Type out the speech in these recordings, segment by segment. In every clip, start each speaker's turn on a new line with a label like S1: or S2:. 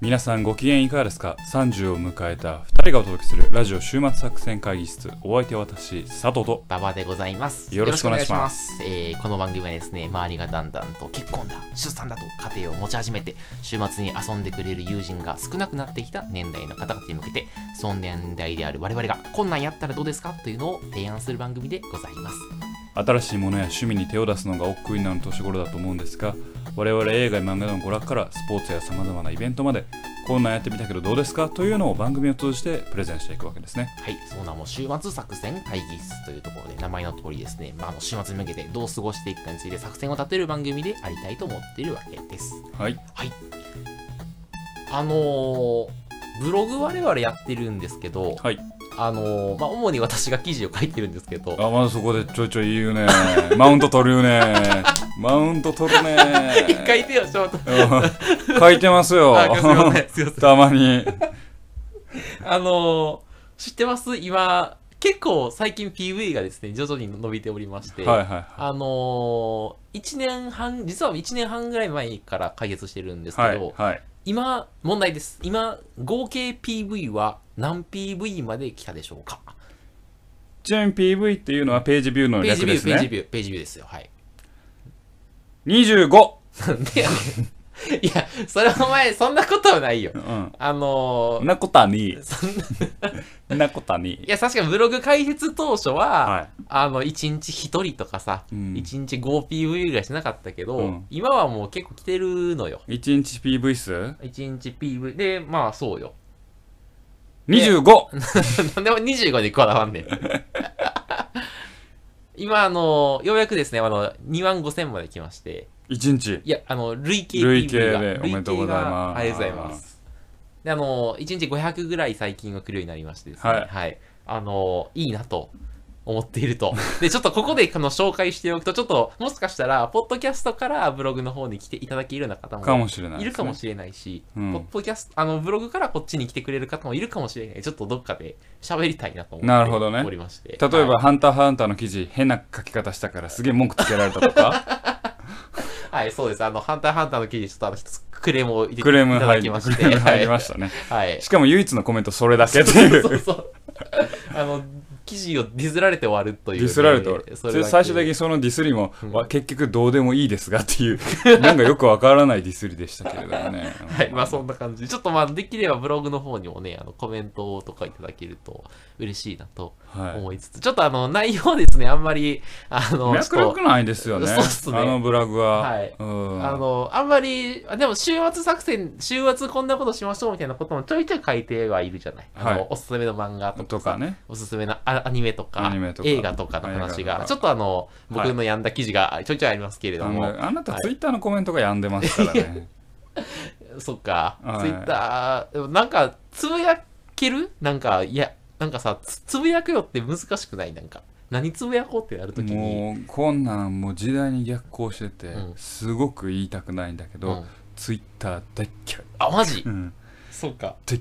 S1: 皆さんご機嫌いかがですか ?30 を迎えた2人がお届けするラジオ週末作戦会議室お相手は私佐藤と
S2: 馬場でございます。。
S1: よろしくお願いします
S2: えーこの番組はですね、周りがだんだんと結婚だ、出産だと家庭を持ち始めて、週末に遊んでくれる友人が少なくなってきた年代の方々に向けて、その年代である我々がこんなんやったらどうですかというのを提案する番組でございます。
S1: 新しいものや趣味に手を出すのが億劫になる年頃だと思うんですが我々映画や漫画の娯楽からスポーツやさまざまなイベントまでこんなんやってみたけどどうですかというのを番組を通じてプレゼンしていくわけですね
S2: はい、その名も週末作戦会議室というところで、名前の通りですね、まあ、あの週末に向けてどう過ごしていくかについて作戦を立てる番組でありたいと思っているわけです。
S1: はい
S2: はい。あのーブログ我々やってるんですけど、
S1: はい
S2: あのーまあ、主に私が記事を書いてるんですけど、
S1: あまだそこでちょいちょい言うね マウント取るねマウント取るね
S2: 一回言ってよ、ショート。
S1: うん書いてますよ
S2: あ、すいません、すいま せ
S1: たま に
S2: ん。あのー知ってます今、結構最近 PV がですね、徐々に伸びておりまして、
S1: はいはいは
S2: あのー、1年半、実は1年半ぐらい前から解決してるんです
S1: い
S2: けど、
S1: はいはい
S2: 今、問題です。今、合計 PV は何 PV まで来たでしょうか
S1: ちなみに PV っていうのはページビューの
S2: ペー
S1: 略
S2: ジビ
S1: で
S2: ュー、
S1: す
S2: ページ
S1: ね
S2: ビュー、ページビューですよ。はい。
S1: 25
S2: なんでやねん。いや、それお前、そんなことはないよ
S1: う。ん
S2: あのー
S1: なことに
S2: そんな、
S1: なことに
S2: いや、確かにブログ開設当初は、
S1: はい
S2: あの、1日1人とかさ、
S1: うん
S2: 一1日 5PV ぐらいしなかったけど、
S1: うん
S2: 今はもう結構来てるのよ。
S1: 1日 PV 数
S2: 1日 PV。で、まあ、そうよ。
S1: 25!
S2: なんでも25にこだわんね ん。今、あのーようやくですね、あの、2万5千まで来まして、
S1: 1日
S2: いや、あの、累計
S1: 累計
S2: PV が
S1: でおめでとうございます
S2: 累計がありがとうございます。で、あの、1日500ぐらい最近は来るようになりましてですね、
S1: はい
S2: あの、いいなと。思っていると。で、ちょっとここでこの紹介しておくと、ちょっと、もしかしたら、ポッドキャストからブログの方に来ていただけるような方
S1: か
S2: も
S1: もしれない
S2: い
S1: ですね
S2: るかもしれないし、
S1: うん
S2: ポッドキャスト、あの、ブログからこっちに来てくれる方もいるかもしれない。ちょっとどっかで喋りたいなと思って
S1: なるほどね
S2: おりまして。
S1: 例えば、
S2: はい
S1: ハンターハンターの記事、変な書き方したからすげえ文句つけられた とか、
S2: はい、そうです。あの、ハンターハンターの記事、ちょっとあの、一つクレームを入れてい
S1: クレーム
S2: ただ
S1: 入
S2: き
S1: り
S2: ま
S1: ク
S2: して。
S1: レーム入りましたね。
S2: はい。
S1: しかも唯一のコメントそれだけってい
S2: そう
S1: う。
S2: そう。あの、記事をディスられて終わるとい
S1: デ
S2: う、
S1: ィスられておる。
S2: それだけ
S1: 最終的にそのディスりも、
S2: ん
S1: わ結局どうでもいいですがっていう、なんかよくわからないディスりでしたけれどもね。
S2: はい、まあそんな感じ。ちょっとまあできればブログの方にもね、あのコメントとかいただけると嬉しいなと
S1: はい。
S2: 思いつつ、ちょっとあの内容ですね、あんまり、あの、ち
S1: 脈
S2: ょっと
S1: 絡ないですよね。
S2: そうっすね
S1: あのブラグは。
S2: はい
S1: うん。
S2: あの、あんまり、あでも週末作戦、週末こんなことしましょうみたいなこともちょいちょい書いてはいるじゃない。あ
S1: はい
S2: の、おすすめの漫画とか
S1: と
S2: さ
S1: かね。
S2: おすすめのアアニメとか
S1: アニメとか
S2: 映画とかの話
S1: 映画と
S2: が
S1: か
S2: ちょっとあの
S1: はい
S2: 僕のやんだ記事がちょいちょいありますけれ
S1: あ
S2: ども、
S1: のあなたツイッターのコメントが病んでますからね。
S2: そっか、
S1: はい
S2: ツイッターなんかつぶやけるなんかいやなんかさつつぶやくよって難しくないなんか何つぶやこうってなるときに、
S1: もうこんなんもう時代に逆行してて、
S2: うん
S1: すごく言いたくないんだけ
S2: う
S1: ど、
S2: ん、
S1: ツイッター大っ嫌い、
S2: あマジ
S1: うん、
S2: そうか
S1: で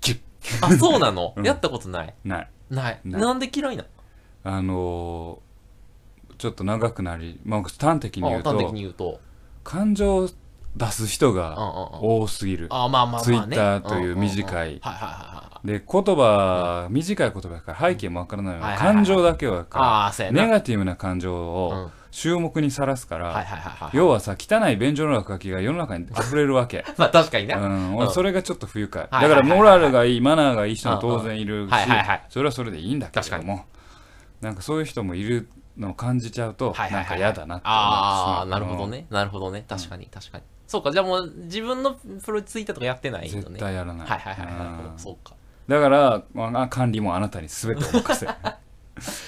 S1: きる
S2: あそうなの、
S1: うん
S2: やったことない
S1: ない
S2: ない
S1: ない
S2: なんで嫌いなの
S1: あのーちょっと長くなり、まあ、端的に言
S2: あ
S1: う
S2: 端的
S1: と
S2: に言うと、
S1: 感情を出す人
S2: うん
S1: が
S2: うんうん、
S1: 多すぎる
S2: あまあまあまあね
S1: ツイッターという短い
S2: んんんはいはいはいはい
S1: で言葉短い言葉やから背景もわからないよ、
S2: はいはいはい
S1: 感情だけはわか
S2: ああそうや
S1: る
S2: な、
S1: ネガティブな感情
S2: うん、
S1: を
S2: はい
S1: 注目にさらすから、
S2: はいはいはい
S1: 要はさ汚い便所の落書きが世の中に溢れるわけ
S2: まあ確かにな。
S1: う
S2: はい
S1: ん、
S2: う
S1: 俺
S2: ん
S1: それがちょっと不愉快、
S2: はいはい
S1: だか
S2: はいはい
S1: らモラルがいいマナーがいい人も当然いるし、
S2: はいはいはい
S1: それはそれでいいんだけれども、なんかそういう人もいるのを感じちゃうと、
S2: はいはいはい。
S1: なんか嫌だなって思ってし
S2: ああ、
S1: まう
S2: なるほどね。なるほどね。確かに、確かに。そうか、じゃあもう自分のプロツイッターとかやってないの
S1: 絶
S2: ね。
S1: 対やらない、
S2: はいはいはい。なるほ
S1: う
S2: ど。
S1: ん
S2: そうか。
S1: だからまあ管理もあなたに全てお 任せ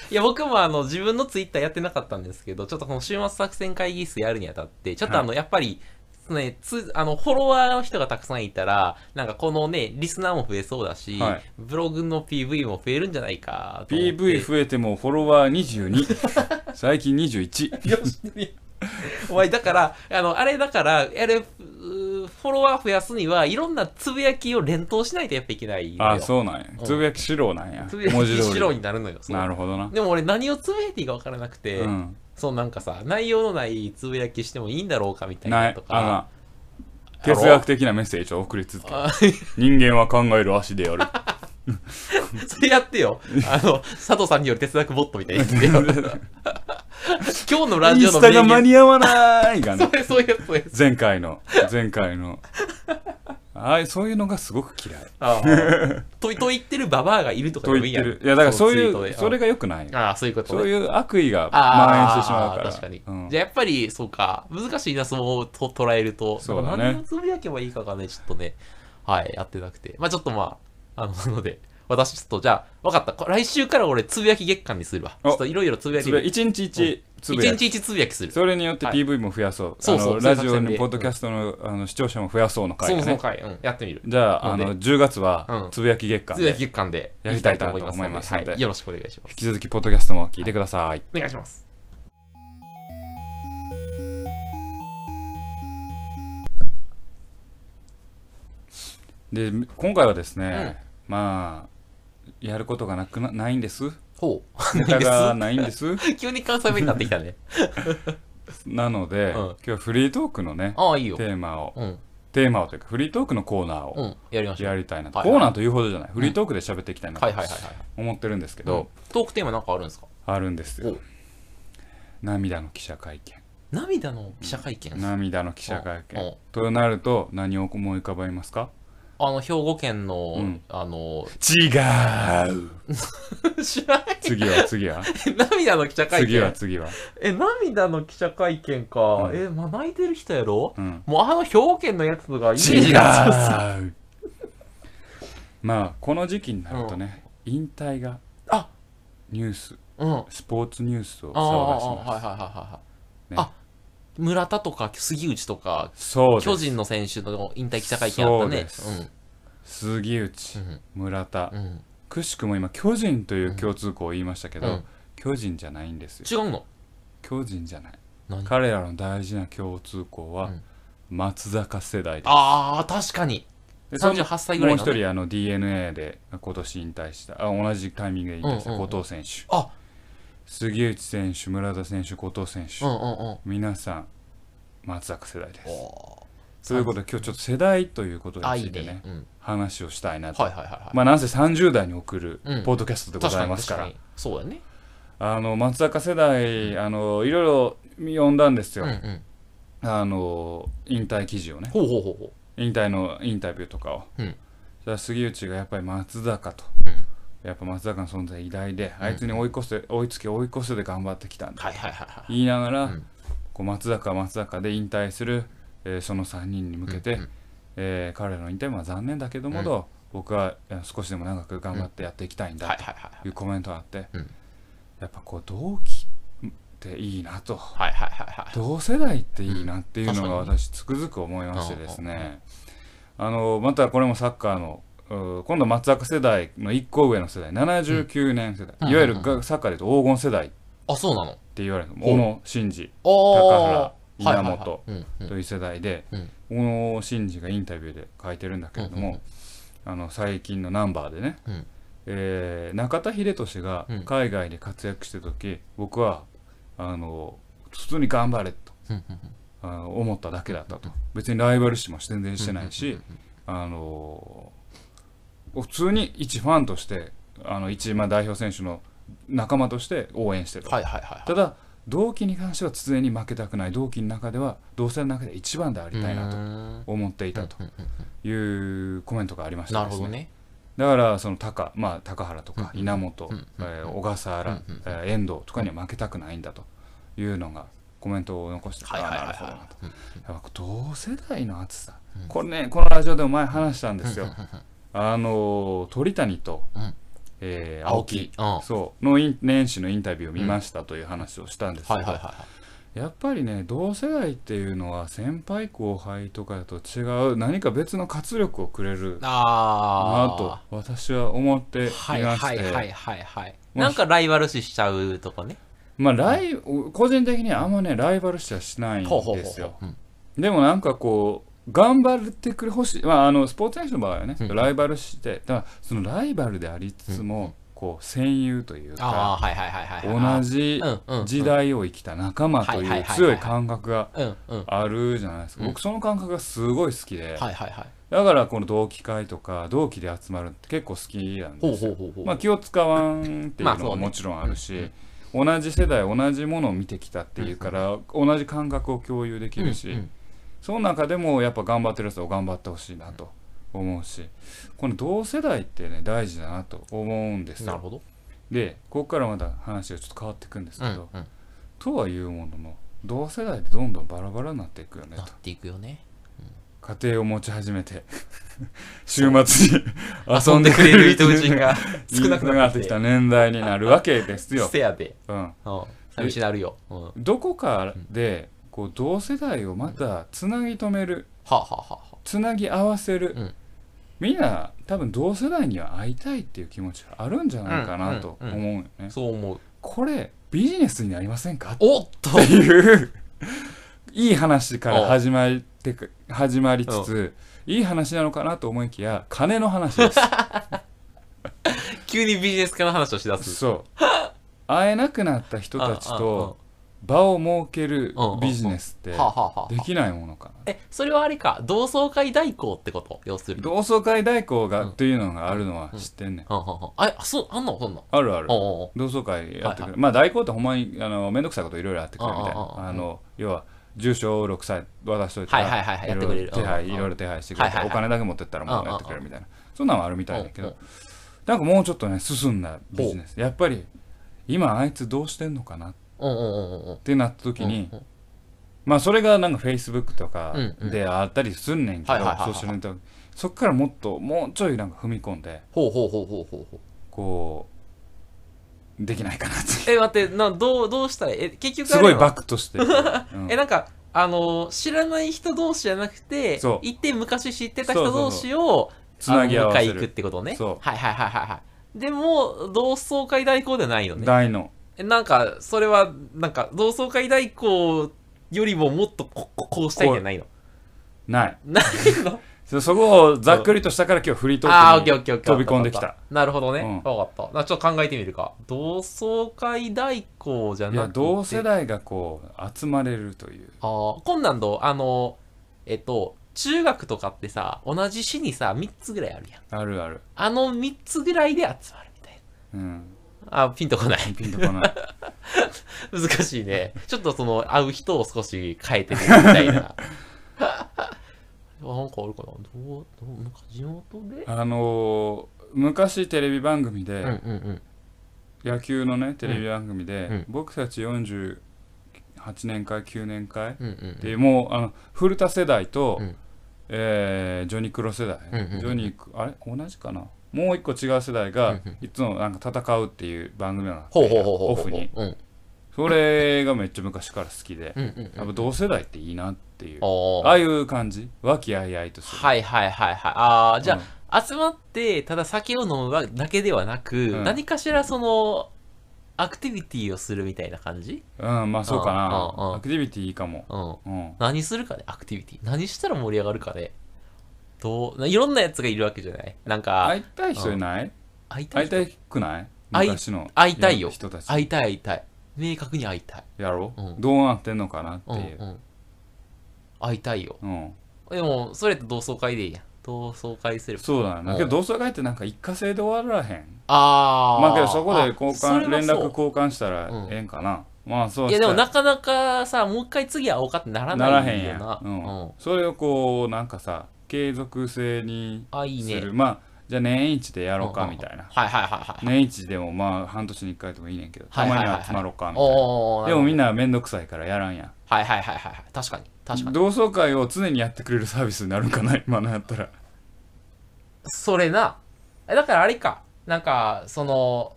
S2: いや、僕もあの、自分のツイッターやってなかったんですけど、ちょっとこの週末作戦会議室やるにあたって、ちょっとあの、やっぱり、ね、つあのフォロワーの人がたくさんいたら、なんかこのね、リスナーも増えそうだし、
S1: はい
S2: ブログの PV も増えるんじゃないかと思って。
S1: PV 増えてもフォロワー22最近21
S2: よしお前だからあのあれだからあれうーフォロワー増やすにはいろんなつぶやきを連投しないとやっぱいけないのよ
S1: あそうなんや
S2: うん
S1: つぶやき四郎なんや
S2: つぶや
S1: 文字
S2: き
S1: 通
S2: しろ
S1: り
S2: になるのよ そう
S1: なるほどな、
S2: でも俺何をつぶやいていいか分からなくて、
S1: うん
S2: そうなんかさ内容のないつぶやきしてもいいんだろうかみたい
S1: な
S2: ないとか
S1: あ
S2: やろ
S1: 哲学的なメッセージを送り続ける
S2: あ
S1: 人間は考える足である
S2: それやってよ。あの、佐藤さんによる哲学ボットみたいに言 ってよ。今日の ラ
S1: イン
S2: ジオの
S1: スタ
S2: 名
S1: が
S2: 言
S1: 間に合わないがね
S2: それ、そういうやつ、そういうやつ。
S1: 前回の前回 のああそういうのがすごく嫌い
S2: あ あと、と言ってるババアがいるとか
S1: と
S2: で
S1: 言
S2: もいい
S1: っ
S2: や
S1: てる
S2: ん
S1: いやだからそうい
S2: のツイートで
S1: うそれが良くない
S2: ああ、そういうことね
S1: そういう悪意が蔓延
S2: ああ
S1: してしまうから
S2: 確かに。
S1: うん
S2: じゃあやっぱり、そうか、難しいな、そうと捉えると。
S1: そうだね
S2: 何をつぶやけばいいかがね、ちょっとね、はい、やってなくて。まあちょっとまあ、あの、なので、私ちょっと、じゃあ、わかったこ。来週から俺、つぶやき月間にするわ。ち
S1: お
S2: ょっといろいろつぶやき
S1: つぶや一日一つ
S2: 一
S1: ぶや
S2: 日一つぶやきする。
S1: それによって
S2: はい
S1: PV も増やそう、
S2: そうそう
S1: あの
S2: そうい
S1: ラ
S2: う作
S1: ジ
S2: 戦
S1: オ
S2: で
S1: のポッドキャストの,、あの視聴者も増やそうの回、
S2: そ
S1: ね、
S2: うそう、はい、うん、やってみる。
S1: じゃああ
S2: な
S1: の
S2: の
S1: 10月は
S2: うん
S1: つぶやき月間
S2: つぶ
S1: で、
S2: やき月間で
S1: やりたいと思いますので
S2: ので
S1: は
S2: はいい、よろしくお願いします
S1: 引。き続きポッドキャストも聞いてください
S2: お願いします。
S1: で今回はですね、まあやることがなくなないんです
S2: ほ う。
S1: ネタがないんです
S2: 急に関西弁になってきたね。
S1: なので、
S2: ん
S1: 今日はフリートークのね
S2: ああ、いいよ
S1: テ。ーマを
S2: うん、
S1: テーマをというかフリートークのコーナー
S2: う
S1: を
S2: ん、やりましょう。
S1: やりたいなと、
S2: はいは
S1: コ
S2: い
S1: ーナーというほどじゃないフリートークで喋っていきたいなと
S2: はいはいはいはい。
S1: 思ってるんですけど、
S2: どうトークテーマなんかあるんですか
S1: あるんですよ
S2: お
S1: 涙の記者会見
S2: 涙の記者会見、
S1: 涙の記者会
S2: うんうん
S1: 見となると何を思い浮かべますか
S2: あの兵庫県の、
S1: うん
S2: あ の
S1: 違う
S2: 知らない
S1: 次は次は
S2: 涙の記者会見
S1: 次は次は
S2: え涙の記者会見か、
S1: うん
S2: えまあ泣いてる人やろ、
S1: うん
S2: もうあの兵庫県のやつがイメージが
S1: 違うまあこの時期になるとね引退が
S2: あ
S1: ニュース
S2: うんあ
S1: スポーツニュースを
S2: ああ
S1: 騒がし
S2: あはい
S1: ま
S2: はいはいはいはい、
S1: ね
S2: あ村田とか杉内とか
S1: すそうです
S2: 巨人の選手の引退記者会見あったね
S1: そうです杉内
S2: うんうん
S1: 村田
S2: うん
S1: くしくも今巨人という共通項を言いましたけど、
S2: うん
S1: 巨人じゃないんですよ
S2: 違うの
S1: 巨人じゃない
S2: 何
S1: 彼らの大事な共通項
S2: う
S1: は
S2: ん
S1: 松坂世代で
S2: ああ確かに
S1: でその
S2: 38歳ぐらい
S1: も
S2: の
S1: う
S2: ね、
S1: 一人あの d n a で今年引退したあ同じタイミングで引退し
S2: う
S1: た
S2: んうんう
S1: 後
S2: ん
S1: 藤選手、
S2: あ
S1: 杉内選手村田選手後藤選手、
S2: うんうんうん
S1: 皆さん松坂世代です
S2: おー
S1: ということで今日ちょっと世代ということに
S2: あ
S1: つ
S2: いい
S1: いてね
S2: ね、うん、
S1: 話をしたいなと、
S2: はいはいはいはい、
S1: まあなんせ30代に送る
S2: うん
S1: ポッドキャストでございますから、
S2: 確かに確かにそうだね
S1: あの松坂世代あのいろいろ呼んだんです
S2: う
S1: よ、
S2: んうん
S1: あの引退記事をね
S2: ほうほうほうほ
S1: 引退のインタビューとかを、
S2: うん
S1: そしたら杉内がやっぱり松坂と、やっぱ松坂の存在偉大で、あいつに追い越せ追いつけ追い越せで頑張ってきたん
S2: う
S1: だ、
S2: はいはいはいはい
S1: 言いながら、
S2: うん
S1: こう松坂は松坂で引退する、えーその3人に向けて、
S2: うんうん
S1: えー彼らの引退は残念だけどもと、僕はえー少しでも長く頑張ってやっていきたいんだ
S2: はい
S1: と
S2: はいはい
S1: いうコメントがあって、
S2: うん
S1: やっぱこう同期っていいなと。
S2: はいはいはいはい
S1: 同世代っていいなっていうのが
S2: うん確かに
S1: 私つくづく思いましてですね、あのまたこれもサッカーのう今度松坂世代の1個上の世代79年世代、
S2: うん
S1: いわゆる
S2: うんうん
S1: がサッカーで言うと黄金世代っ
S2: あそうなの
S1: て言われるの
S2: ほう
S1: 小野伸二
S2: あ
S1: 高
S2: ー
S1: 原
S2: はいはい
S1: 稲本
S2: はいうんう
S1: と
S2: ん
S1: いう世代で、
S2: うん
S1: 小野伸二がインタビューで書いてるんだけれども、
S2: うんうん
S1: あの最近のナンバーでね、
S2: うん
S1: えー中田英寿が
S2: うん
S1: 海外で活躍してる時、僕はあの普通に頑張れと。
S2: うんうん
S1: あの思っただけだったと別にライバル視も全然してない
S2: うん
S1: し
S2: うんうん
S1: あの普通に一ファンとしてあの一まあ代表選手の仲間として応援してる
S2: うんはいはいはい
S1: ただ同期に関しては常に負けたくない同期の中では同世代の中で一番でありたいな
S2: う
S1: と
S2: ーん
S1: 思っていたと
S2: うんう
S1: い
S2: ん
S1: うコメントがありまし
S2: な
S1: た
S2: る
S1: で
S2: ほ
S1: す
S2: ど
S1: ね
S2: ね
S1: だからその高まあ高原とか
S2: うん
S1: 稲本
S2: うん
S1: えー小笠
S2: う
S1: 原
S2: んうん
S1: えー遠藤とかには負けたくないんだというのがコメントを残して
S2: はいはいはい
S1: あーなるほどなと
S2: はい
S1: やっぱ同世代の熱さ、
S2: うん
S1: これねこのラジオでも前話したんですよ、
S2: うんうんうんうん
S1: あのー鳥谷と、
S2: うん
S1: えー青木
S2: うんはい
S1: そうのイン年始のインタビューを見ましたという話をしたんですけど、
S2: はいはいは
S1: やっぱりね同世代っていうのは先輩後輩とかと違う何か別の活力をくれる
S2: い
S1: なと
S2: あ
S1: 私は思ってい
S2: ーはい
S1: ま
S2: は
S1: し
S2: い
S1: て、
S2: はいはいはいなんかライバル視しちゃうとこね
S1: まあライ個人的にはあんまねライバル視はしないん
S2: ほうほう
S1: で
S2: ほう
S1: す
S2: ほ
S1: よ
S2: ううん
S1: でもなんかこう頑張ってくれほしい、まあ、あのスポーツ選手の場合はね、
S2: うん
S1: ライバルしてだからそのライバルでありつつも、こう戦友という
S2: ああ
S1: か
S2: はいはいはいはいはい
S1: 同じ
S2: うんうん
S1: 時代を生きた仲間と
S2: はいはいいうはい
S1: 強い感覚が
S2: うんうん
S1: あるじゃないですか
S2: うん
S1: 僕その感覚がすごい好きで
S2: はいはいはい
S1: だからこの同期会とか同期で集まるって結構好きなん
S2: ほう
S1: です
S2: ほう
S1: よ
S2: ほうほう、
S1: まあ気を使わんっていう
S2: まあ
S1: の
S2: そう
S1: も
S2: ね
S1: もちろんあるし同じ世代同じものを見てきたっていうから同じ感覚を共有できる
S2: うんう
S1: し
S2: ん
S1: その中でもやっぱ頑張ってる人を頑張ってほしいなと思うしこの同世代ってね大事だなと思うんです
S2: なる
S1: よ
S2: ほど、
S1: でここからまた話がちょっと変わっていくんです
S2: うん
S1: け
S2: う
S1: ど
S2: ん、
S1: とはいうものの同世代ってどんどんバラバラになっていくよね
S2: なっ
S1: と
S2: ていくよね
S1: 家庭を持ち始めて 週末に
S2: 遊んでくれる人人が
S1: 少
S2: 少
S1: な
S2: な
S1: く な
S2: くな
S1: っ
S2: って
S1: き
S2: てき
S1: た
S2: て
S1: 年代になるわけです よ、
S2: せやで、
S1: うん、
S2: うん、寂しなるよ、うん、は
S1: どこかでこう同世代をまたつなぎ止める
S2: あ、はあはあはあ、
S1: つなぎ合わせる、
S2: うん
S1: みんな多分同世代には会いたいっていう気持ちがあるんじゃないかなと
S2: うんう
S1: 思
S2: ん
S1: う
S2: う
S1: よ
S2: ん
S1: ね、
S2: そう思う
S1: これビジネスになりません か
S2: おっと
S1: っていういい話から始まってく始まりつついい話なのかなと思いきや金の話です
S2: 急にビジネス化の話をしだす
S1: そう会えなくなった人たちと場を設けるビジネスって
S2: は
S1: で
S2: あはあはあ
S1: きないものかな
S2: えそれはあれか同窓会代行ってこと要するにう
S1: 同窓会代行が
S2: うん
S1: っていうのがあるのは知ってんねん
S2: んうんうんああそうあんのそんなん
S1: あるある
S2: おうおう
S1: 同窓会やってく
S2: はい
S1: れまあ代行ってほんまにあのめんどくさいこといろいろやってくれるみたい
S2: うんうんうんうん
S1: なあの要は住所を6歳渡しといて
S2: はいはいはいはいやってくれる
S1: 手配
S2: うんうん
S1: いろいろ手配してくれ
S2: はいは
S1: てお
S2: いはい
S1: 金だけ持ってったらもうやってくれるみたいなそんなのはあるみたいだけ
S2: うん
S1: どなんかもうちょっとね進んだビジネスやっぱり今あいつどうしてんのかなっ
S2: うんうんうんうんうん
S1: てなった時に
S2: うんうん
S1: まあそれがなんか Facebook とか
S2: うんうん
S1: であったりすんねんけど
S2: は
S1: ソ
S2: いはいはいはい
S1: ーシャルネットワークそっからもっともうちょいなんか踏み込んで
S2: ほうほうほうほうほうほう
S1: こうできないか なって
S2: え待ってなどうどうしたらえ結局
S1: す
S2: あれ
S1: ごい
S2: なの
S1: バクと してる、うん
S2: えなんかあのー知らない人同士じゃなくて
S1: そう
S2: 一定昔知ってた人同士を
S1: つなぎ合わせ
S2: あの迎え行くっ
S1: る
S2: てことね
S1: そう
S2: はいはいはいはいはいでも同窓会代行ではないよね
S1: 大の
S2: えなんかそれはなんか同窓会代行よりももっとこここうしたいんじゃないの
S1: ない
S2: ないの
S1: そそこをざっくりとしたから今日フリート
S2: ああオッケーオ
S1: ー
S2: ッ
S1: ク
S2: ケーオ
S1: に
S2: ッケー
S1: 飛び込んできた
S2: なるほどね、
S1: う
S2: わ
S1: ん
S2: 分かったなちょっと考えてみるか同窓会代行じゃ
S1: い
S2: な
S1: や
S2: くて
S1: 同世代がこう集まれるという
S2: あーこんなんどうあのえっと中学とかってさ同じ市にさ3つぐらいあるやん
S1: あるある
S2: あの3つぐらいで集まるみたい
S1: うん
S2: なあピンとこない
S1: ピンとこない
S2: 難しいねちょっとその会う人を少し変えてみるみたいなあなんかあるかなどうどうなんか地元で
S1: あのー昔テレビ番組
S2: うんうん
S1: で、
S2: うん
S1: 野球のねテレビ番組で、
S2: うん
S1: 僕たち48年会9年会
S2: うんうん
S1: でもうあの古田世代と、
S2: うん
S1: えージョニー・クロ世代、
S2: うんうんうん
S1: ジョニークあれ同じかなもう一個違う世代が、
S2: うんうん
S1: いつもなんか戦うっていう番組なの
S2: ほうほうほうほうほう
S1: オフに
S2: うん
S1: それがめっちゃ昔から好きで、
S2: うんうん
S1: やっぱ同世代っていいなっていう、
S2: おー
S1: ああいう感じ和気あいあいとする、
S2: はいはいはいはいああじゃあ、
S1: うん
S2: 集まってただ酒を飲むだけではなく、
S1: ん
S2: 何かしらそのアクティビティをするみたいな感じ、
S1: うんまあそうかな、
S2: うんうんうん
S1: アクティビティいいかも、
S2: うん、
S1: うん、
S2: 何するかねアクティビティ何したら盛り上がるかねどういろんなやつがいるわけじゃないなんか
S1: 会いたい人いない
S2: 会いた
S1: 会い
S2: い
S1: たくない
S2: 会い
S1: 昔の
S2: 会いたいよ
S1: 人たち
S2: 会いたい会いたい明確に会いたい、
S1: やろ、う
S2: うん
S1: どうなってんのかなって
S2: うん
S1: いう
S2: う、ん、会いたいよ
S1: うん
S2: でもそれと同窓会でいいやん同窓会すれば
S1: そうだよな、
S2: うん
S1: けど同窓会ってなんか一過性で終わらへん
S2: ああ
S1: まあけどそこで交
S2: それ
S1: 換
S2: は
S1: 連
S2: そう
S1: 絡交換したらええんかな、まあそう
S2: いやでも
S1: した
S2: なかなかさもう一回次会おうかってなら
S1: ら
S2: な
S1: ないら
S2: よ
S1: へんや
S2: な、
S1: ん、うんそれをこうなんかさ継続性に
S2: あいい
S1: す
S2: ね
S1: るまあじゃあ年一でやろうかみたいな、
S2: はいはいはいはい。
S1: 年一でもまあ半年に1回とかいいねんけど
S2: は
S1: た
S2: いはい
S1: ま
S2: はい
S1: には集まろうかみたいな、
S2: おー
S1: でも
S2: なる
S1: みんなめんどくさいからやらんやん
S2: ほどはいはいはいはいはい。確かに。確かに。
S1: 同窓会を常にやってくれるサービスになるんかな今のやったら
S2: それな。えだからあれか。なんか、その、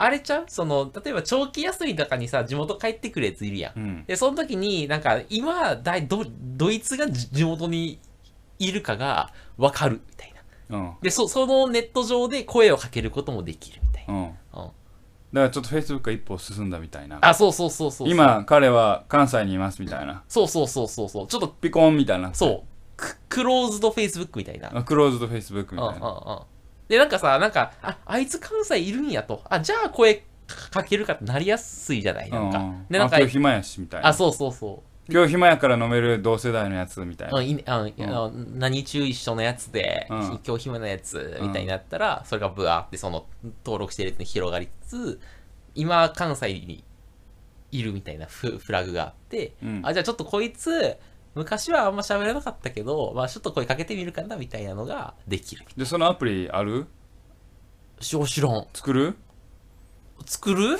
S2: あれちゃうその、例えば長期休みとかにさ、地元帰ってくるやついるやん。
S1: うん
S2: で、その時に、なんか、今だいど、ドイツがじ地元にいるかが分かるみたいな。
S1: うん
S2: で、そそのネット上で声をかけることもできるみたい
S1: うん
S2: な。うん、
S1: だからちょっとフェイスブックが一歩進んだみたいな
S2: あ、そうそうそうそうそう。、
S1: 今彼は関西にいますみたいな
S2: そうそうそうそうそう。ちょっと、
S1: ピコンみたいな
S2: そう、ククローズドフェイスブックみたいな。
S1: あクローズドフェイスブックみ
S2: うんうん
S1: たい
S2: う
S1: なん
S2: で、なんかさ、なんか、あ、あいつ関西いるんやと。あ、じゃあ声かけるかってなりやすいじゃないなんか。
S1: うん
S2: で、なんか
S1: あ、今日暇やしみたいな
S2: あ、そうそうそう。
S1: 今日暇やから飲める同世代のやつみたいな
S2: うん、いあのいやあの何中一緒のやつで、
S1: うん
S2: 今日暇なやつ
S1: うん
S2: みたいになったら、それがブワーってその登録してるやつに広がりつつ今関西にいるみたいなフフラグがあって、
S1: うん
S2: あじゃあちょっとこいつ昔はあんま喋らなかったけど、まあ、ちょっと声かけてみるかなみたいなのができる。
S1: でそのアプリある
S2: しおしろん。
S1: 作る
S2: 作る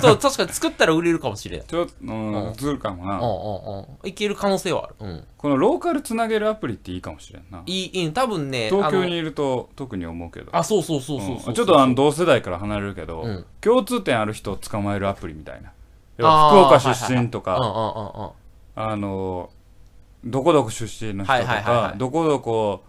S2: そう確かに作ったら売れるかもしれない。
S1: ちょっと、うん
S2: うん
S1: ずるかも
S2: うんう
S1: なん
S2: うん。いける可能性はある。うん。
S1: このローカルつなげるアプリっていいかもしれんない
S2: い、いい、多分ね、
S1: 東京
S2: あの
S1: にいると特に思うけど
S2: あ、そうそうそうそうそう
S1: うんちょっとあの同世代から離れるけど、
S2: うん
S1: 共通点ある人を捕まえるアプリみたいな要
S2: あ
S1: は
S2: ー
S1: 福岡出身とか、
S2: はいはいはいうんうんうんうん。
S1: あのどこどこ出身の人とか、
S2: はいはいはいはい
S1: どこどこ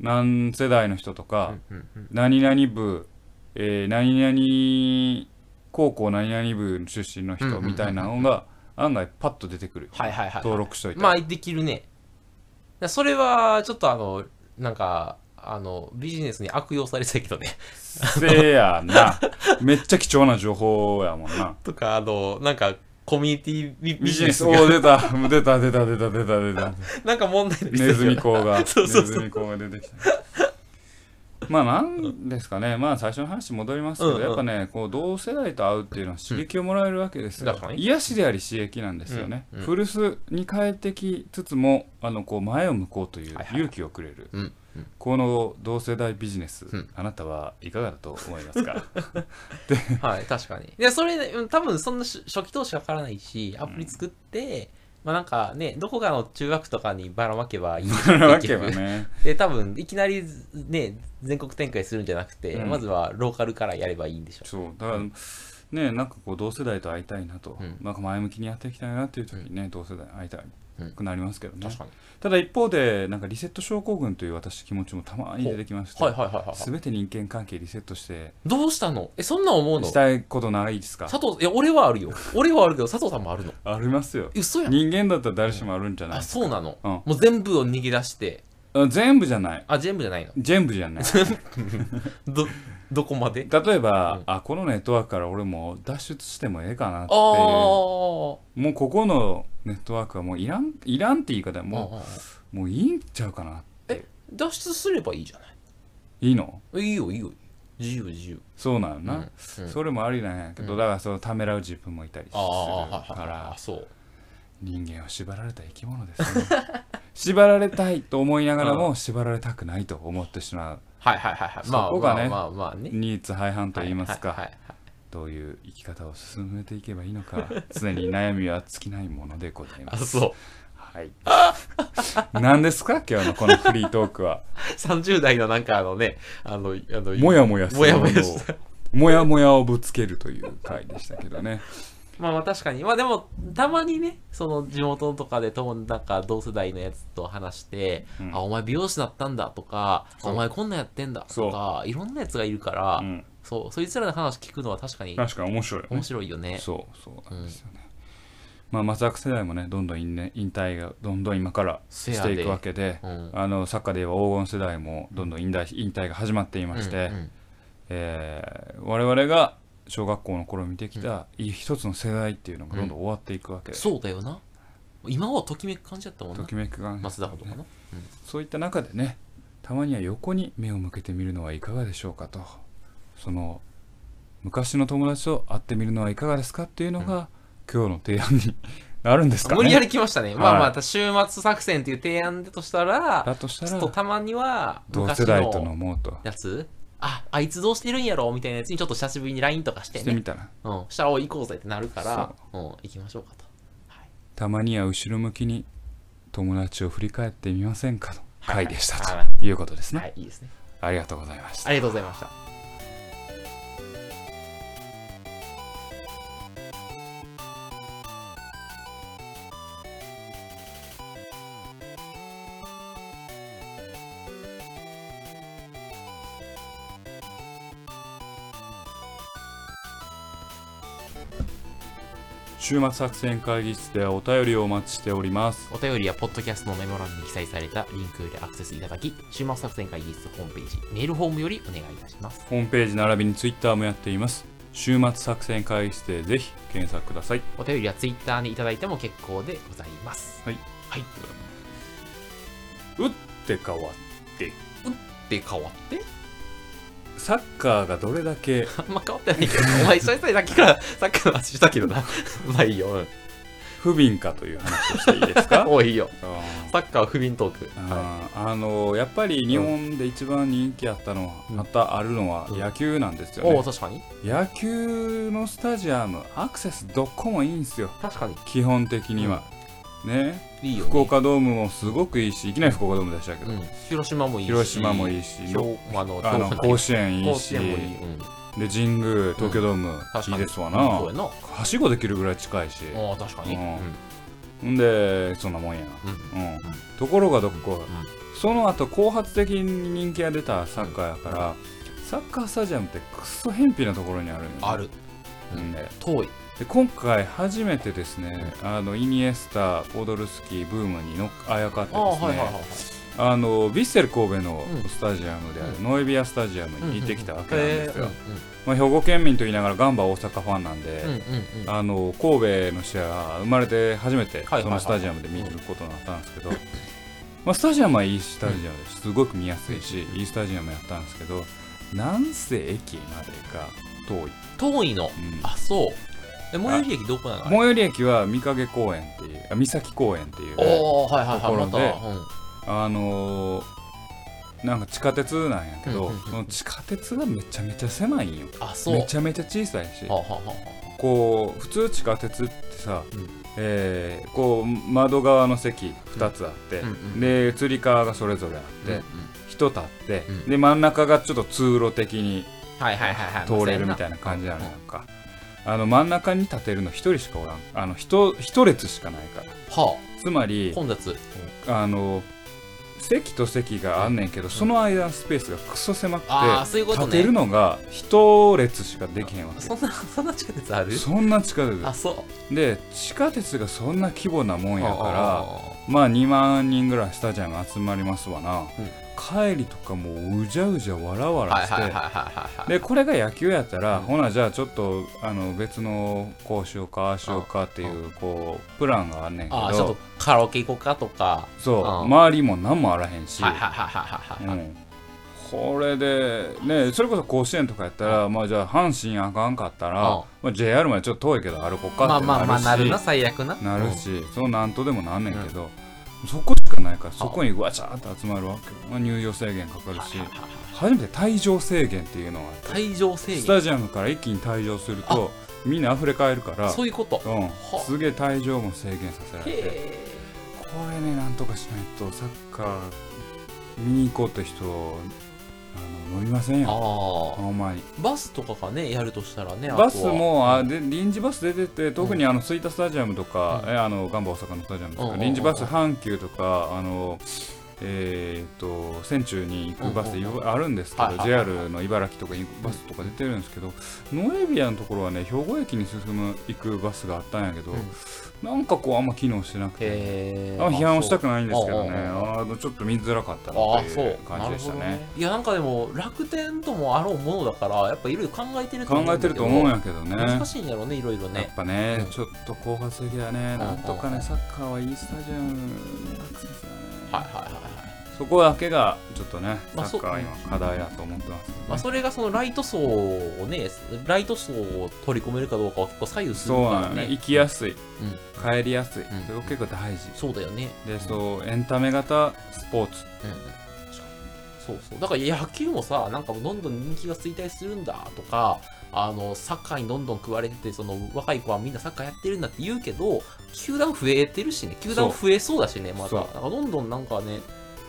S1: 何世代の人とか、
S2: うんうん
S1: 何々部、えー何々高校何々部出身の人みたいなのが案外パッと出てくるよ、
S2: はいはいはい
S1: 登録しといて、
S2: まあできるねだからそれはちょっとあのなんかあのビジネスに悪用されてたけどね
S1: せやなめっちゃ貴重な情報やもんな
S2: とかあのなんかコミュニティビ
S1: ビ
S2: ビ
S1: ジ
S2: ジ
S1: ネ
S2: ネ
S1: ス
S2: ス
S1: お
S2: が
S1: ー出た出た出た出た出た出た
S2: なんか問題になりそう
S1: ネ
S2: やな
S1: ズミ講が
S2: そうそうそう
S1: ネズミ講が出てきたまあなんですかねまあ最初の話戻りますけど、
S2: うんうん
S1: やっぱねこう同世代と会うっていうのは刺激をもらえるわけですよ
S2: うん、確かに
S1: 癒しであり刺激なんですよね、
S2: うんうん
S1: 古巣に変えてきつつもあのこう前を向こうという
S2: はいはい
S1: 勇気をくれる、
S2: うん
S1: この同世代ビジネス、
S2: うん
S1: あなたはいかがだと思います か
S2: はい確かにでそれうん多分そんな初初期投資かからないしアプリ作って、まあなんかねどこかの中学とかにばらまけばいい
S1: そんなわけはね
S2: で多分いきなりね全国展開するんじゃなくて、
S1: うん
S2: まずはローカルからやればいいんでしょ
S1: そうだからねなんかこう同世代と会いたいなと、
S2: うん
S1: なんか前向きにやっていきたいなっていう時にね、同世代に会いたくなりますけどね、
S2: 確かに
S1: ただ一方でなんかリセット症候群という私気持ちもたまに出てきまして、
S2: はいはいはいはいはい
S1: 全て人間関係リセットして
S2: どうしたのえそんなん思うの
S1: したいことないですか
S2: 佐藤いや俺はある よ俺はあるけど佐藤さんもあるの
S1: ありますよ
S2: 嘘やん
S1: 人間だったら誰しもあるんじゃない
S2: あそうなの、
S1: うん
S2: もう全部を逃げ出して
S1: あ全部じゃない
S2: あ全部じゃないの
S1: 全部じゃ ない
S2: どどこまで
S1: 例えば、
S2: うん
S1: あこのネットワークから俺もう脱出してもええかなっ
S2: あ
S1: ていう
S2: あー
S1: もうここのネットワークはもういらんいらんって言い方はも
S2: ああ
S1: う,、もういいんちゃうかな
S2: 脱出すればいいじゃない
S1: いいの
S2: いいよいいよ自由自由
S1: そうなのな、
S2: うんうん
S1: それもありなんやけど、だからそのためらう自分もいたりする
S2: ああはい
S1: か
S2: はいはい
S1: ら
S2: あそう
S1: 人間は縛られた生き物ですね 縛られたいと思いながらも縛られたくないと思ってしまう
S2: はいはいはいはいまあ
S1: そこがね
S2: まあまあまあね
S1: ニーズ廃反と言います
S2: は
S1: か
S2: いはいはい
S1: どういう生き方を進めていけばいいの か常に悩みは尽きないものでございま
S2: あ
S1: す
S2: そう
S1: はい 何ですか今日のこのフリートーク は
S2: 30代のなんかあのねあのあの
S1: もやもやする
S2: もやもやした
S1: もやもやをぶつけるという回でしたけどね
S2: まあまあ確かに。まあでも、たまにね、その地元とかで、ともなんか同世代のやつと話して、
S1: うん
S2: あ、お前美容師だったんだとか、
S1: そう
S2: お前こんなんやってんだ
S1: そう
S2: とか、いろんなやつがいるから、
S1: うん
S2: そう、そいつらの話聞くのは確かに
S1: 確かに面白いよね
S2: 面白いよね。
S1: そうそうなんですよね、まあ松坂世代もねどんどん引,、ね、引退がどんどん今から
S2: せや
S1: し
S2: で
S1: ていくわけで
S2: うん
S1: あのサッカーで言えば黄金世代もどんどん引退引退が始まっていまして、
S2: うんうん
S1: えー我々が小学校の頃見てきたい一つの世代っていうのがどんどん終わっていくわけで、
S2: そうだよな。今はときめく感じだったもん
S1: と
S2: な。
S1: きめく感
S2: 松田ほどかな。
S1: そういった中でねたまには横に目を向けてみるのはいかがでしょうかとその昔の友達と会ってみるのはいかがですかっていうのが、今日の提案になるんですかね
S2: 無理やり来ましたね。
S1: い
S2: まあまあ、週末作戦っていう提案だとしたら、
S1: だとした
S2: ちょっと
S1: ら
S2: たまには、
S1: 同世
S2: 昔
S1: 代と飲
S2: の
S1: もうと
S2: やつ、あ、あいつどうしてるんやろみたいなやつにちょっと久しぶりに LINE とかして
S1: し
S2: ね
S1: て。みたら
S2: うん、下を行こうぜってなるから、うん、行きましょうかと。
S1: たまには後ろ向きに友達を振り返ってみませんかと
S2: はい
S1: 回でした
S2: はい
S1: ということですね、
S2: はい、いいですね。
S1: ありがとうございました
S2: ありがとうございました。
S1: 週末作戦会議室ではお便りをお待ちしております
S2: お便りやポッドキャストのメモ欄に記載されたリンクよりアクセスいただき、週末作戦会議室ホームページ、メールフォームよりお願いいたします。
S1: ホームページ並びにツイッターもやっています週末作戦会議室でぜひ検索ください
S2: お便りは Twitter にいただいても結構でございます。
S1: はい
S2: はい。っ
S1: 打って変わって
S2: て変わって
S1: サッカーがどれだけ
S2: あんま変わってないけど、お前、久々にさっきから サッカーの話したけどな。 まあいいよ。うん
S1: 不憫かという話をしていいです か
S2: おういいよ。
S1: あ
S2: サッカーは不憫トーク。
S1: ー
S2: は
S1: あーあのやっぱり日本で一番人気あったのは、
S2: うん
S1: あったあるのは
S2: うん
S1: 野球なんですよ
S2: いおお、
S1: ね、
S2: 確かに。
S1: 野球のスタジアムアクセスどこもいいんですよ
S2: 確かに。
S1: 基本的には、ね
S2: いいよ、ね。
S1: 福岡ドームもすごくいいしいきなり福岡ドームでしたけ
S2: う
S1: ど、
S2: ん。広島もいいし。
S1: 広島も
S2: い
S1: いいし、
S2: あの、
S1: あの
S2: 東
S1: 甲子園いい
S2: 甲
S1: し
S2: 子園もいい。うん。
S1: で神宮東京ドーム、い
S2: 確か
S1: い
S2: に。
S1: ですわな、
S2: うんそうやな。
S1: はしごできるぐらい近いし、
S2: ああ、確かに。
S1: う
S2: うんん。
S1: んでそんなもんや
S2: うん。
S1: な、うんところがどっこい、
S2: うん
S1: その後後発的に人気が出たサッカーやから、サッカースタジアムってクソ偏僻なところにあるんよね
S2: ある。
S1: うん
S2: うん遠い。
S1: で今回初めてですね、あのイニエスタポドルスキーブームにのあやかって
S2: あ
S1: で
S2: あ、
S1: すね
S2: はいはいはい。
S1: あのヴィッセル神戸の
S2: うん
S1: スタジアムである、
S2: う
S1: ノエビアスタジアムに行ってきたわけなんですよ、
S2: うん
S1: まあ、兵庫県民と言いながらガンバ大阪ファンなんで、
S2: うんうんうん。
S1: あの神戸の試合は生まれて初めて
S2: はいはいはい
S1: そのスタジアムで見ることになったんですけど、まあ、スタジアムはいいスタジアムですすごく見やすいし、いいスタジアムやったんですけどなんせ駅までが遠い、
S2: 遠いの。
S1: うん
S2: あ、そう。え、最寄り駅どこなの
S1: 最寄り駅は三陰公園っていうあ三崎公園っていう
S2: おおはいはい
S1: とこ
S2: はい
S1: ろ
S2: ま
S1: で
S2: た、うん、
S1: あのーなんか地下鉄なんやけど、
S2: うんうんうん
S1: その地下鉄がめちゃめちゃ狭いんよ
S2: あそう
S1: めちゃめちゃ小さいし
S2: はあはあはあは
S1: こう普通地下鉄ってさ、
S2: うん
S1: えーこう窓側の席2つあって、
S2: うんうん
S1: でつり革がそれぞれあっ
S2: あ
S1: て、
S2: うんうん
S1: 人立って、
S2: うん
S1: で真ん中がちょっと通路的に
S2: はいはいはいはい
S1: 通れるみたいな感じなのやんか、あの真ん中に立てるの1人しかおらんあの 1, 列しかないから
S2: は
S1: つま
S2: あ
S1: り
S2: 混雑
S1: あの席と席があんねんけど、その間のスペースがクソ狭くて
S2: ああそういうこと
S1: 立てる
S2: ね
S1: のが1列しかできへんわけ
S2: そんなそんな地下鉄ある
S1: そんな地下鉄
S2: あそう
S1: で地下鉄がそんな規模なもんやから
S2: あ
S1: まあ2万人ぐらいスタジアム集まりますわな、
S2: うん
S1: 帰りとかもううじゃうじゃわらわ
S2: ーは
S1: ら
S2: い
S1: して、
S2: はいはいはいはい
S1: でこれが野球やったら、
S2: うん
S1: ほなじゃあちょっとあの別のこうしようかああしようかっていうこうプランがあんねんけ
S2: ああちょっ
S1: ど
S2: とカラオケ行こうかとか
S1: そう
S2: うん
S1: 周りも何もあらへんし、
S2: はいはいはいはいはいはい
S1: うんこれでねそれこそ甲子園とかやったら、まあじゃあ阪神あかんかったら、
S2: うん
S1: まあ、JR までちょっと遠いけど歩こうか
S2: ま
S1: っ
S2: あ
S1: て
S2: まあまあ
S1: な
S2: な
S1: る
S2: る
S1: し
S2: な最悪な
S1: な
S2: う
S1: る
S2: ん
S1: し、そうなんとでもなんねんけど、そこしかないからそこにわちゃーっと集まるわけよ、まあ、入場制限かかるし
S2: はいはいはいは
S1: 初
S2: い
S1: めて退場制限っていうのがあって
S2: 退場制
S1: ス
S2: 限
S1: タジアムから一気に退場するとみんな溢れ返るから
S2: そういうこと
S1: うん
S2: は、
S1: すげえ退場も制限させられて
S2: へ
S1: これねなんとかしないとサッカー見に行こうって人あの伸びません
S2: ー
S1: よ
S2: あ
S1: あ
S2: あ
S1: んまり
S2: バスとかがねやるとしたらね
S1: バスもあ
S2: あとは
S1: で臨時バス出てて特にあの吹田スタジアムとか、
S2: うん
S1: えあのガンバ大阪のスタジアムと
S2: うんうん
S1: か
S2: うん
S1: 臨時バス阪急とかあのえー、と線中に行くバス
S2: うんうんう
S1: あるんですけど、
S2: はいはいはいはい
S1: JR の茨城とかに行くバスとか出てるんですけど、ノエビアのところはね兵庫駅に進む行くバスがあったんやけど、
S2: うん
S1: なんかこうあんま機能してなくて、
S2: へえ
S1: あんま批判をしたくないんですけどね
S2: あそう
S1: あのちょっと見づらかったな
S2: ああ
S1: と
S2: そ
S1: いうう感じでしたね
S2: なるほどいやなんかでも楽天ともあろうものだからやっぱいろいろ考えてると
S1: 考
S2: 思うんだ
S1: えて
S2: け
S1: る
S2: ど
S1: と思うんやけどね
S2: 難しいんやろうねいろいろ
S1: やっ
S2: ね
S1: ぱね、
S2: うん
S1: ちょっと後発的だね、
S2: ん
S1: なんとか
S2: う
S1: ね、
S2: ん
S1: サッカーはいいスタジアムのアクセスだね、
S2: はいはいはいはい
S1: そこだけがちょっとね、サ
S2: まあ
S1: ッカーは今、課題だと思ってますけどね、
S2: まあ、それがそのライト層をねライト層を取り込めるかどうかは結構左右するか
S1: そうな
S2: ら
S1: のね、
S2: ね
S1: 行きやすい、
S2: うん
S1: 帰りやすい、
S2: ん
S1: それが結構大事、
S2: そうだよね
S1: でそうエンタメ型スポーツ、
S2: うんうんそうそうだから野球もさなんかどんどん人気が衰退するんだとかあのサッカーにどんどん食われててその若い子はみんなサッカーやってるんだって言うけど球団増えてるしね球団増えそうだしねまた
S1: そう
S2: なんかどんどんなんかね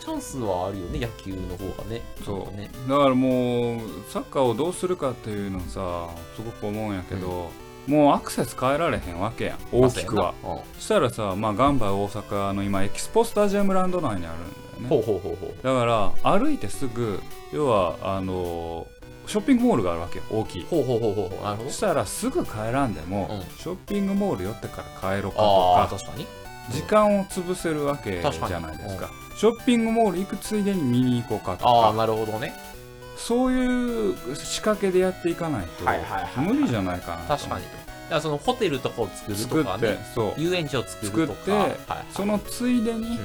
S2: チャンスはあるよね野球の方がね
S1: そう
S2: なんかね
S1: だからもう、サッカーをどうするかっていうのさ、すごく思うんやけど、もうアクセス変えられへんわけやん、大きくは。
S2: まあ
S1: そしたらさ、まあ、ガンバ大阪の今、エキスポスタジアムランド内にあるんだよね。
S2: そうやなうんほうほうほうほう
S1: だから歩いてすぐ要はあのショッピングモールがあるわけよ大きい
S2: ほうほうほうほうほうなるほど
S1: そしたらすぐ帰らんでも、
S2: うん
S1: ショッピングモール寄ってから帰ろうか
S2: ああ
S1: とか
S2: 確かに
S1: 時間を潰せるわけじ
S2: 確かに
S1: ゃないですかショッピングモール行くついでに見に行こうかと
S2: ああ
S1: か
S2: なるほどね
S1: そういう仕掛けでやっていかないと
S2: はいはいはいはい
S1: 無理じゃないかなと思って
S2: だからそのホテルとかを作る
S1: 作
S2: と
S1: っ
S2: か
S1: て
S2: ね
S1: そう
S2: 遊園地を作るとか
S1: 作って
S2: はいはい
S1: そのついで
S2: うん
S1: に
S2: はい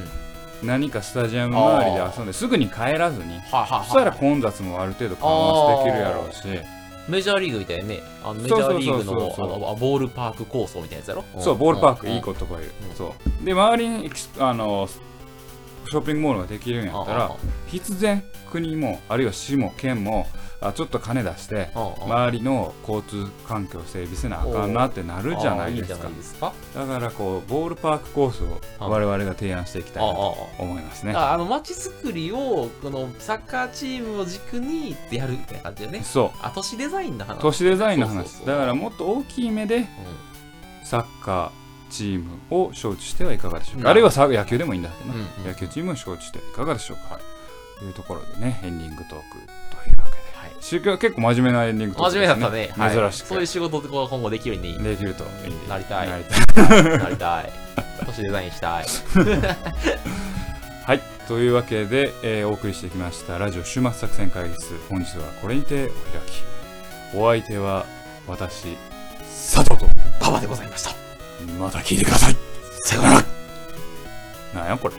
S1: 何かスタジアム周りで遊んですぐに帰らずに
S2: はいはい
S1: そしたら混雑もある程度緩和できるやろうし
S2: メジャーリーグみたいなねあのメジ
S1: そ
S2: ャ
S1: うそう
S2: ー
S1: そう
S2: リ
S1: そう
S2: ーグのあのあボールパーク構想みたいなやつやろ
S1: そうボールパークいい
S2: と
S1: 言葉言う
S2: うん
S1: そうで周りにエキスあのショッピングモールができるんやったら必然国もあるいは市も県もあちょっと金出して周りの交通環境を整備せなあかんなってなるじゃないです
S2: いいじゃ
S1: か
S2: ないですか
S1: だからこうボールパークコースを我々が提案していきたいなと思いますね
S2: ああの街づくりをこのサッカーチームを軸にやるみたいな感じだよね
S1: そ
S2: あ都市デザインの
S1: う
S2: 話
S1: 都市デザインの
S2: そうそう
S1: 話
S2: そう
S1: だからもっと大きい目で
S2: う
S1: サッカーチームを招致してはいかがでしょう
S2: うん
S1: かあるいはさ野球でもいいんだけど
S2: ん
S1: な
S2: うんうん
S1: 野球チームを招致していかがでしょうか、というところでねエンディングトークというわけで
S2: はい
S1: 宗教は結構真面目なエンディングトーク
S2: 真面目だったね
S1: です
S2: はい
S1: 珍しく
S2: そういう仕事が今後できるように
S1: できるといい
S2: なりたい
S1: なり
S2: なりた い都市デザインしたい
S1: はいというわけで、えーお送りしてきましたラジオ終末作戦会議室本日はこれにてお開きお相手は私佐藤と
S2: パパでございました
S1: また聞いてください
S2: さようなら
S1: なんやこれ